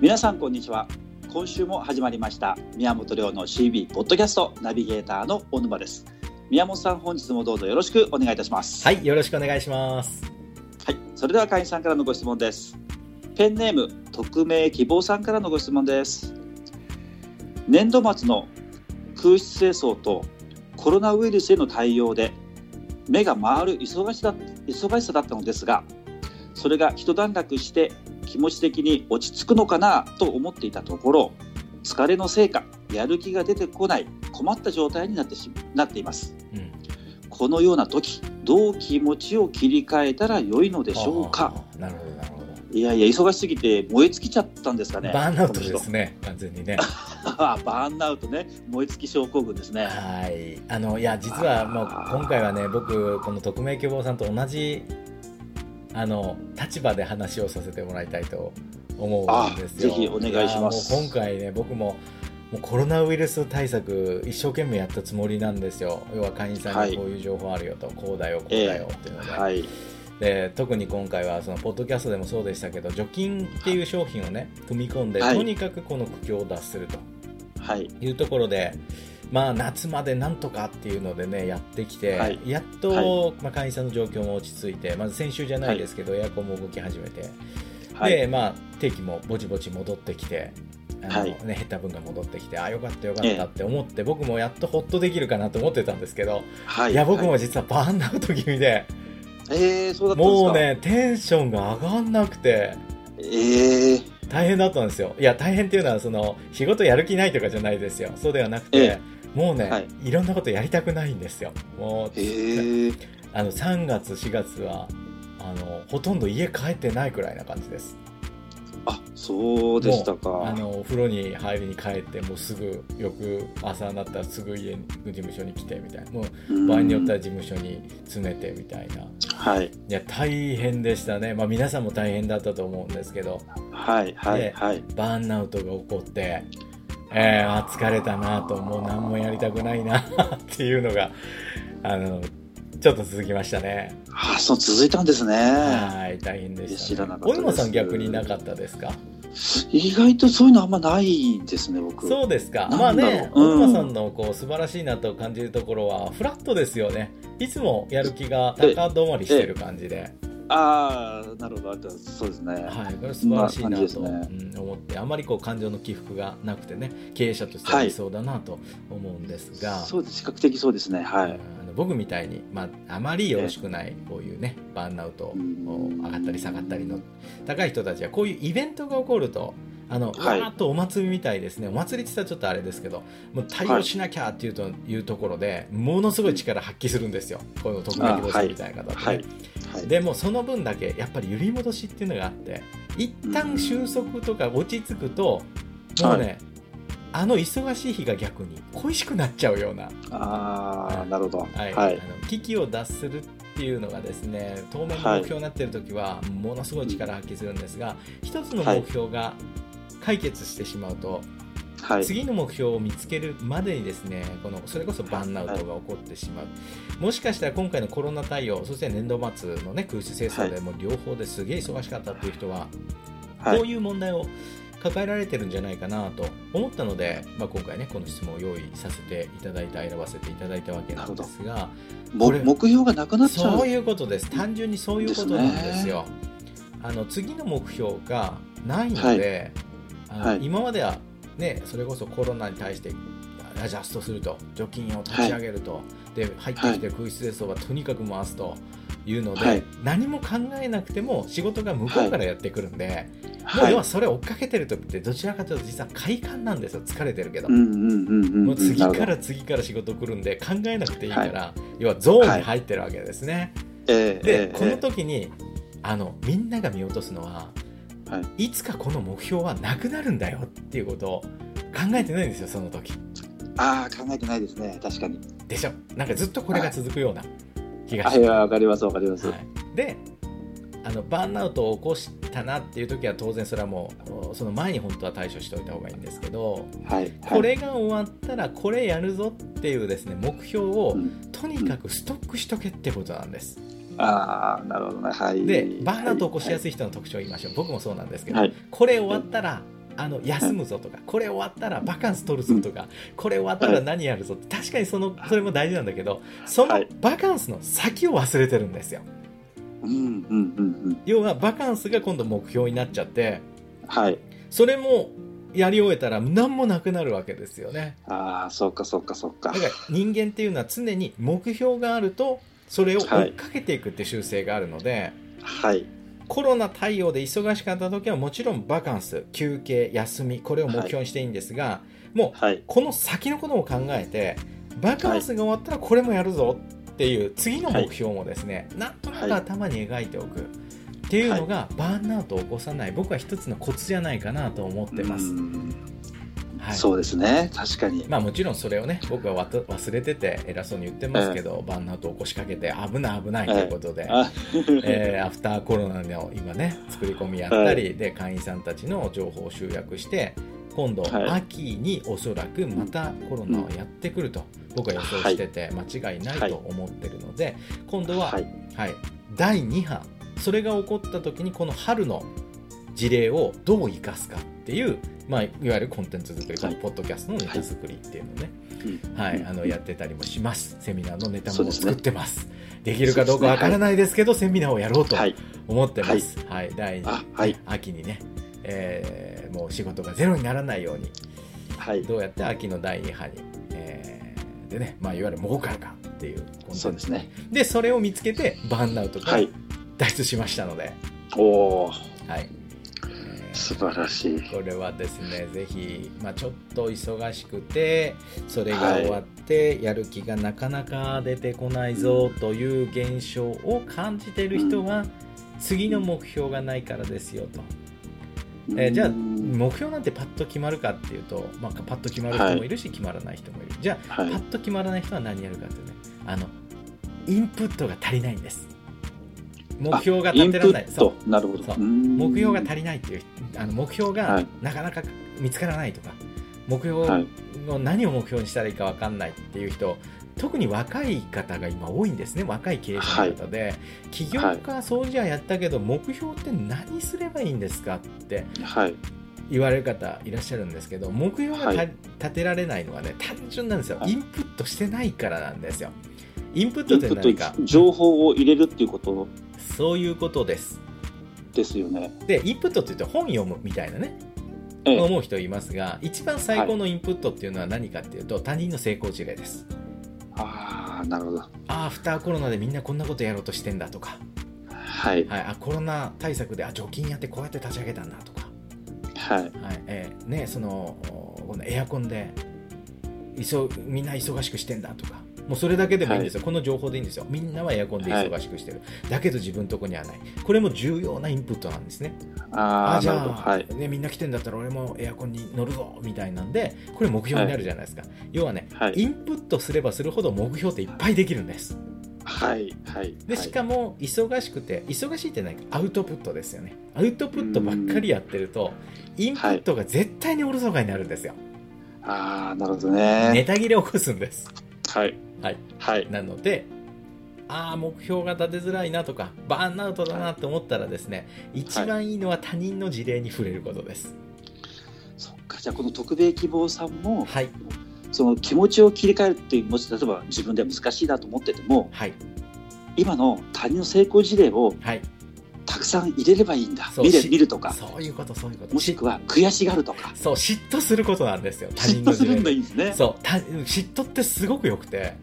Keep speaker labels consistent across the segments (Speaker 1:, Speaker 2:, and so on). Speaker 1: 皆さんこんにちは今週も始まりました宮本亮の CB ポッドキャストナビゲーターの小沼です宮本さん本日もどうぞよろしくお願いいたします
Speaker 2: はい、よろしくお願いします。
Speaker 1: はい、それでは会員さんからのご質問ですペンネーム匿名希望さんからのご質問です年度末の空室清掃とコロナウイルスへの対応で目が回る忙しだ忙しさだったのですがそれが一段落して気持ち的に落ち着くのかなと思っていたところ疲れのせいかやる気が出てこない困った状態になってしなっています
Speaker 2: うん、
Speaker 1: このような時どう気持ちを切り替えたら良いのでしょうか
Speaker 2: あー。なるほど、なるほど。
Speaker 1: いやいや忙しすぎて燃え尽きちゃったんですかね
Speaker 2: バーンアウトで
Speaker 1: この人
Speaker 2: すね、完全にね。
Speaker 1: あバーンアウトね燃え尽き症候群ですね
Speaker 2: はい、あの、いや、実は、もう、今回はね、僕、この匿名希望さんと同じ。あの、立場で話をさせてもらいたいと思うんですよ。
Speaker 1: あぜひお願いします
Speaker 2: やもう今回ね、僕も。もうコロナウイルス対策一生懸命やったつもりなんですよ要は会員さんにこういう情報あるよと、こうだよこうだよっていうので、
Speaker 1: はい
Speaker 2: で特に今回はそのポッドキャストでもそうでしたけど除菌っていう商品をね組み込んで、
Speaker 1: はい
Speaker 2: とにかくこの苦境を脱すると
Speaker 1: はい
Speaker 2: いうところで、まあ、夏までなんとかっていうのでねやってきて、
Speaker 1: はい
Speaker 2: やっと、
Speaker 1: は
Speaker 2: まあ、会員さんの状況も落ち着いて、まあ、先週じゃないですけど、エアコンも動き始めて、
Speaker 1: はい
Speaker 2: で、まあ、定期もぼちぼち戻ってきて。あの
Speaker 1: はい
Speaker 2: ね、減った分が戻ってきてあよかったよかったって思って、僕もやっとほっとできるかなと思ってたんですけど、、
Speaker 1: はいい
Speaker 2: や僕
Speaker 1: は
Speaker 2: も
Speaker 1: い
Speaker 2: 実はバーンアウト気味で、
Speaker 1: えー、そうだったんですか
Speaker 2: もうねテンションが上がんなくて
Speaker 1: えー、
Speaker 2: 大変だったんですよいや大変っていうのはその仕事やる気ないとかじゃないですよそうではなくて、
Speaker 1: え
Speaker 2: もうね、
Speaker 1: はい
Speaker 2: い、ろんなことやりたくないんですよもう、
Speaker 1: えー、
Speaker 2: あの3月4月はあのほとんど家帰ってないくらいな感じです
Speaker 1: あそうでしたか
Speaker 2: あのお風呂に入りに帰ってもうすぐ翌朝になったらすぐ家の事務所に来てみたいなもう
Speaker 1: うん
Speaker 2: 場合によっては事務所に詰めてみたいな、
Speaker 1: はい
Speaker 2: いや大変でしたね、まあ、皆さんも大変だったと思うんですけど
Speaker 1: はいはい
Speaker 2: で
Speaker 1: はい
Speaker 2: バーンアウトが起こって、えー、あ疲れたなともう何もやりたくない なっていうのがあのちょっと続きましたね、
Speaker 1: あそう続いたんですね
Speaker 2: はい大変でし
Speaker 1: いや知
Speaker 2: た
Speaker 1: らな
Speaker 2: ね
Speaker 1: かった
Speaker 2: 小
Speaker 1: です
Speaker 2: 沼さん逆になかったですか
Speaker 1: 意外とそういうのあんまないんですね僕
Speaker 2: そうですかま
Speaker 1: な
Speaker 2: あ
Speaker 1: んだろう
Speaker 2: ね
Speaker 1: うん
Speaker 2: 小沼さんのこう素晴らしいなと感じるところはフラットですよねいつもやる気が高止まりしてる感じで、
Speaker 1: ああなるほどあとそうですね
Speaker 2: はい、これ素晴らしいなと、
Speaker 1: そんな感
Speaker 2: うん思ってあまりこう感情の起伏がなくてね経営者としては理想だなと思うんですが、
Speaker 1: そうです比較的そうですねはい
Speaker 2: あの僕みたいに、まあ、あまりよろしくないこういうねバーンアウト
Speaker 1: うん
Speaker 2: こう上がったり下がったりの高い人たちはこういうイベントが起こるとあの、
Speaker 1: はい
Speaker 2: わーっとお祭りみたいですねお祭りって言ったらちょっとあれですけどもう対応しなきゃっていうと,、い、うところでものすごい力発揮するんですよこの特命希望者みたいな方ってね、
Speaker 1: はいはい
Speaker 2: でもその分だけやっぱり揺り戻しっていうのがあって一旦収束とか落ち着くと、もうね、あの忙しい日が逆に恋しくなっちゃうような
Speaker 1: ああなるほど
Speaker 2: は
Speaker 1: はいいは
Speaker 2: あの危機を脱するっていうのがですね当面の目標になっている時はものすごい力発揮するんですが、一つの目標が解決してしまうと、
Speaker 1: い
Speaker 2: 次の目標を見つけるまでにですねこのそれこそバーンアウトが起こってしまう、もしかしたら今回のコロナ対応そして年度末の、ね、空室清掃でも両方ですげえ忙しかったっていう人は、
Speaker 1: は
Speaker 2: こう
Speaker 1: い
Speaker 2: いう問題を抱えられてるんじゃないかなと思ったので、まあ、今回ねこの質問を用意させていただいた選ばせていただいたわけなんですが
Speaker 1: も
Speaker 2: これ
Speaker 1: 目標がなくなっちゃ
Speaker 2: そうういうことです単純にそういうことなんですよあの次の目標がないので、あの
Speaker 1: はい
Speaker 2: 今まではねそれこそコロナに対してアジャストすると除菌を立ち上げると、で入ってきて空室清掃はとにかく回すというので、
Speaker 1: はい
Speaker 2: 何も考えなくても仕事が向こうからやってくるんで、も
Speaker 1: は
Speaker 2: う要
Speaker 1: い
Speaker 2: はそれを追っかけてる時ってどちらかというと実は快感なんですよ疲れてるけど、
Speaker 1: うんうんうんうん
Speaker 2: もう次か
Speaker 1: なる
Speaker 2: ら次から仕事来るんで考えなくていいから、要はゾーンに入ってるわけですね、
Speaker 1: ほどええ
Speaker 2: で、
Speaker 1: ええ
Speaker 2: この時にあのみんなが見落とすのは、、
Speaker 1: はい
Speaker 2: つかこの目標はなくなるんだよっていうことを考えてないんですよその時
Speaker 1: ああ考えてないですね確か に
Speaker 2: でしょなんかずっとこれが続くような気が
Speaker 1: あ
Speaker 2: し
Speaker 1: い
Speaker 2: て、
Speaker 1: やわかりますわかります
Speaker 2: は、
Speaker 1: はい
Speaker 2: であのバーンアウトを起こしたなっていう時は当然それはもうその前に本当は対処しておいた方がいいんですけど
Speaker 1: い
Speaker 2: これが終わったらこれやるぞっていうですね目標を
Speaker 1: うん
Speaker 2: とにかくストックしとけってことなんです。
Speaker 1: ああなるほどねはい
Speaker 2: でバーンアウトを起こしや
Speaker 1: す
Speaker 2: すい人の特徴を言いましょう僕もそうなんですけど、
Speaker 1: はい
Speaker 2: これ終わったらあの休むぞとかこれ終わったらバカンス取るぞとかこれ終わったら何やるぞって確かにそのそれも大事なんだけどそ
Speaker 1: は
Speaker 2: の
Speaker 1: い
Speaker 2: バカンスの先を忘れてるんですよ
Speaker 1: うんうんうんうん。
Speaker 2: 要はバカンスが今度目標になっちゃって
Speaker 1: はい。
Speaker 2: それもやり終えたら何もなくなるわけですよね
Speaker 1: ああ、そうかそうかそうか
Speaker 2: だ。から人間っていうのは常に目標があるとそれを追っかけていくって習性があるので、
Speaker 1: はい。
Speaker 2: コロナ対応で忙しかった時はもちろんバカンス休憩休みこれを目標にしていいんですが、もう
Speaker 1: はい。
Speaker 2: この先のことを考えてバカンスが終わったらこれもやるぞっていう次の目標もですね、なんとなく頭に描いておくっていうのがバーンアウトを起こさない僕は一つのコツじゃないかなと思ってます。
Speaker 1: うん
Speaker 2: はい
Speaker 1: そうですね。確か に。
Speaker 2: まあもちろんそれをね僕はわた忘れてて偉そうに言ってますけど、バーンアウトを起こしかけて危ない危ないということで、
Speaker 1: あ、
Speaker 2: えーアフターコロナの今ね作り込みやったり、で会員さんたちの情報を集約して今度、
Speaker 1: はい
Speaker 2: 秋におそらくまたコロナはやってくると、僕は予想してて間違いないと思ってるので、今度は、
Speaker 1: は
Speaker 2: はい
Speaker 1: い。
Speaker 2: 第2波それが起こった時にこの春の事例をどう生かすかっていう、まあ、いわゆるコンテンツ作り、
Speaker 1: はい
Speaker 2: このポッドキャストのネタ作りっていうのをね、はい、あのやってたりもします。セミナーのネタ
Speaker 1: そうで
Speaker 2: も
Speaker 1: すね
Speaker 2: 作ってます。できるかどうかわからないですけど、セミナーをやろうと
Speaker 1: はい。
Speaker 2: 思ってます。はい、第2、
Speaker 1: あ、はい。
Speaker 2: 秋にね、えーもう仕事がゼロにならないように、
Speaker 1: はい。
Speaker 2: どうやって秋の第2波に、えーでね、まあ、いわゆる儲かるかっていうコンテンツ
Speaker 1: そうですね。
Speaker 2: で、それを見つけて、バーンアウトか
Speaker 1: は
Speaker 2: ら
Speaker 1: い。
Speaker 2: 脱出しましたので、
Speaker 1: おお、
Speaker 2: はい。えー
Speaker 1: 素晴らしい。
Speaker 2: これはですねぜひ、まあ、ちょっと忙しくてそれが終わって、やる気がなかなか出てこないぞという現象を感じてる人は、次の目標がないからですよと、えーじゃあ
Speaker 1: うん
Speaker 2: 目標なんてパッと決まるかっていうと、まあ、パッと決まる人もいるし、決まらない人もいるじゃあ
Speaker 1: は
Speaker 2: パッ
Speaker 1: い。
Speaker 2: と決まらない人は何やるかっていうねあのインプットが足りないんです目標が
Speaker 1: イ
Speaker 2: 立
Speaker 1: ン
Speaker 2: て
Speaker 1: プ
Speaker 2: られない
Speaker 1: ッ
Speaker 2: そう
Speaker 1: ト。なるほど
Speaker 2: そう。
Speaker 1: 目
Speaker 2: 目標が足りないっていうあの目標
Speaker 1: は
Speaker 2: が
Speaker 1: い
Speaker 2: なかなか見つからないとか、目標
Speaker 1: はい。
Speaker 2: の何を目標にしたらいいか分かんないっていう人特に若い方が今多いんですね若い経営者の方で、起業家掃除はやったけど目標って何すればいいんですかって
Speaker 1: はい。
Speaker 2: 言われる方いらっしゃるんですけど目標がた、
Speaker 1: はい
Speaker 2: 立てられないのはね単純なんですよ
Speaker 1: はい
Speaker 2: インプットしてないからなんですよインプッ
Speaker 1: イ
Speaker 2: トっ
Speaker 1: ン
Speaker 2: て
Speaker 1: プ
Speaker 2: 何
Speaker 1: ッ
Speaker 2: か
Speaker 1: ト、情報を入れるっていうこと
Speaker 2: そういうことです
Speaker 1: ですよね。
Speaker 2: でインプットって言って本読むみたいなね
Speaker 1: ええ
Speaker 2: 思う人いますが一番最高のインプットっていうのは何かっていうと他人の成功事例です
Speaker 1: ああ、なるほど。
Speaker 2: ああアフターコロナでみんなこんなことやろうとしてんだとか、
Speaker 1: はい。
Speaker 2: はい、あコロナ対策であ除菌やってこうやって立ち上げたんだとか、
Speaker 1: はい。
Speaker 2: はいえーね、そのおこのエアコンで急みんな忙しくしてんだとかもうそれだけでもいいんですよ、この情報でいいんですよみんなはエアコンで忙しくしてる、だけど自分のとこにはないこれも重要なインプットなんですね
Speaker 1: あ
Speaker 2: あ
Speaker 1: あ、
Speaker 2: じ
Speaker 1: な
Speaker 2: ゃ
Speaker 1: る
Speaker 2: あ
Speaker 1: ほど。、はい。
Speaker 2: ね、みんな来てんだったら俺もエアコンに乗るぞみたいなんでこれ目標になるじゃないですか、要はね
Speaker 1: はい。
Speaker 2: インプットすればするほど目標っていっぱいできるんです
Speaker 1: はい。はい。
Speaker 2: でしかも忙しくて忙しいって何かアウトプットですよねアウトプットばっかりやってるとインプットが絶対におろそかになるんですよ、
Speaker 1: ああ、なるほど
Speaker 2: ネ
Speaker 1: ね。
Speaker 2: タ切れを起こすんです
Speaker 1: はい。
Speaker 2: はい
Speaker 1: はい。
Speaker 2: なのでああ目標が立てづらいなとかバーンアウトだなと思ったらですね一番いいのは他人の事例に触れることです
Speaker 1: そっか。じゃあ、この特命希望さんも、
Speaker 2: はい
Speaker 1: その気持ちを切り替えるっていう、もし例えば自分では難しいなと思ってても、
Speaker 2: はい
Speaker 1: 今の他人の成功事例を
Speaker 2: はい
Speaker 1: たくさん入れればいいんだ。
Speaker 2: そう
Speaker 1: 見る、
Speaker 2: し
Speaker 1: 見るとか、
Speaker 2: そういうことそういうこと
Speaker 1: もしくは悔しがるとか、
Speaker 2: そう嫉妬することなんですよ他
Speaker 1: 嫉
Speaker 2: 人
Speaker 1: 妬
Speaker 2: の
Speaker 1: す
Speaker 2: 事
Speaker 1: る
Speaker 2: 例
Speaker 1: んがいいんですね。
Speaker 2: そうた嫉妬ってすごくよくて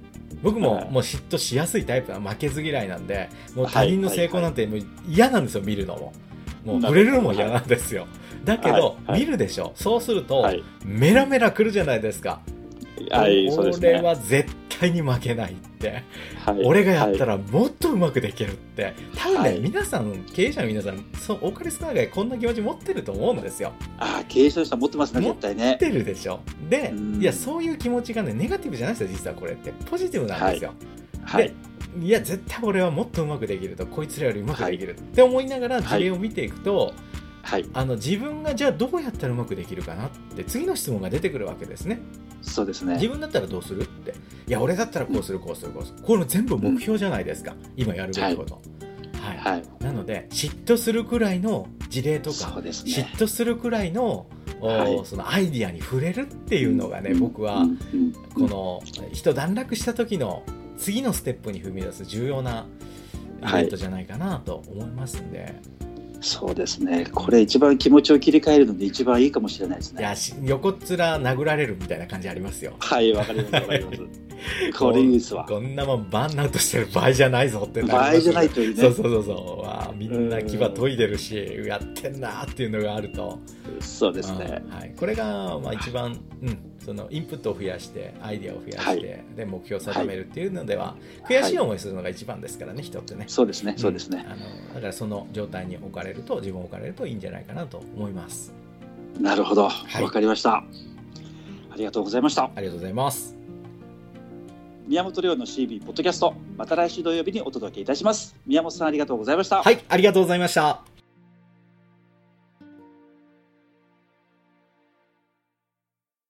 Speaker 2: 僕
Speaker 1: は
Speaker 2: も
Speaker 1: い
Speaker 2: もう嫉妬しやすいタイプな負けず嫌いなんでもう
Speaker 1: は
Speaker 2: 他
Speaker 1: い
Speaker 2: 人の成功なんてもう嫌なんですよ見るのももう触れるのも嫌なんですよだけど
Speaker 1: はいはい
Speaker 2: 見るでしょそうすると
Speaker 1: はい。
Speaker 2: メラメラくるじゃないですか
Speaker 1: はい、そうです
Speaker 2: 俺
Speaker 1: ね。
Speaker 2: は絶対に負けないって
Speaker 1: はい
Speaker 2: 俺がやった
Speaker 1: は
Speaker 2: らもっとうまくできるって多分
Speaker 1: は
Speaker 2: ね
Speaker 1: い
Speaker 2: 皆さん経営者の皆さんそう多かれ少なかれこんな気持ち持ってると思うんですよ
Speaker 1: いああ、経営者の人は持ってますね、
Speaker 2: 持っ
Speaker 1: 絶対ね
Speaker 2: っ。てるでしょで
Speaker 1: うん
Speaker 2: いやそういう気持ちがねネガティブじゃないですよ実はこれってポジティブなんですよ、
Speaker 1: はい。
Speaker 2: い、や絶対俺はもっとうまくできるとこいつらよりうまくできる、って思いながら事例を見ていくと、
Speaker 1: はい。
Speaker 2: あの自分がじゃあどうやったらうまくできるかなって次の質問が出てくるわけですね
Speaker 1: そうですね。
Speaker 2: 自分だったらどうするっていや俺だったらこうするこうするこうするこれ全部目標じゃないですか、今やるべきことはい、
Speaker 1: はい。
Speaker 2: なので嫉妬するくらいの事例とか
Speaker 1: そうです
Speaker 2: 嫉
Speaker 1: ね。
Speaker 2: 妬するくらいの
Speaker 1: はい
Speaker 2: そのアイディアに触れるっていうのがね、僕は
Speaker 1: うんうん
Speaker 2: この人段落した時の次のステップに踏み出す重要なイベントじゃないかなと思いますんで、い、
Speaker 1: そうですねこれ一番気持ちを切り替えるので一番いいかもしれないですね
Speaker 2: やし横っ面殴られるみたいな感じありますよ。
Speaker 1: はいわかりますわか りますこれいいですわ
Speaker 2: こんなもんバンアウトしてる場合じゃないぞってなり
Speaker 1: 場
Speaker 2: ますよね
Speaker 1: 合じゃないというね
Speaker 2: そうそうそうそうわあみんな牙研いでるしやってんなっていうのがあると
Speaker 1: そうですね
Speaker 2: うんはい、これがまあ一番、うん、そのインプットを増やしてアイディアを増やして、で目標を定めるっていうのでは、
Speaker 1: い
Speaker 2: 悔しい思いするのが一番ですからね人ってね
Speaker 1: そうですねそうですね
Speaker 2: ん、あのだからその状態に置かれると自分を置かれるといいんじゃないかなと思います
Speaker 1: なるほどわ、
Speaker 2: い
Speaker 1: かりましたありがとうございました
Speaker 2: ありがとうございます
Speaker 1: 宮本亮の CB ポッドキャストまた来週土曜日にお届けいたします宮本さんありがとうございました
Speaker 2: はいありがとうございました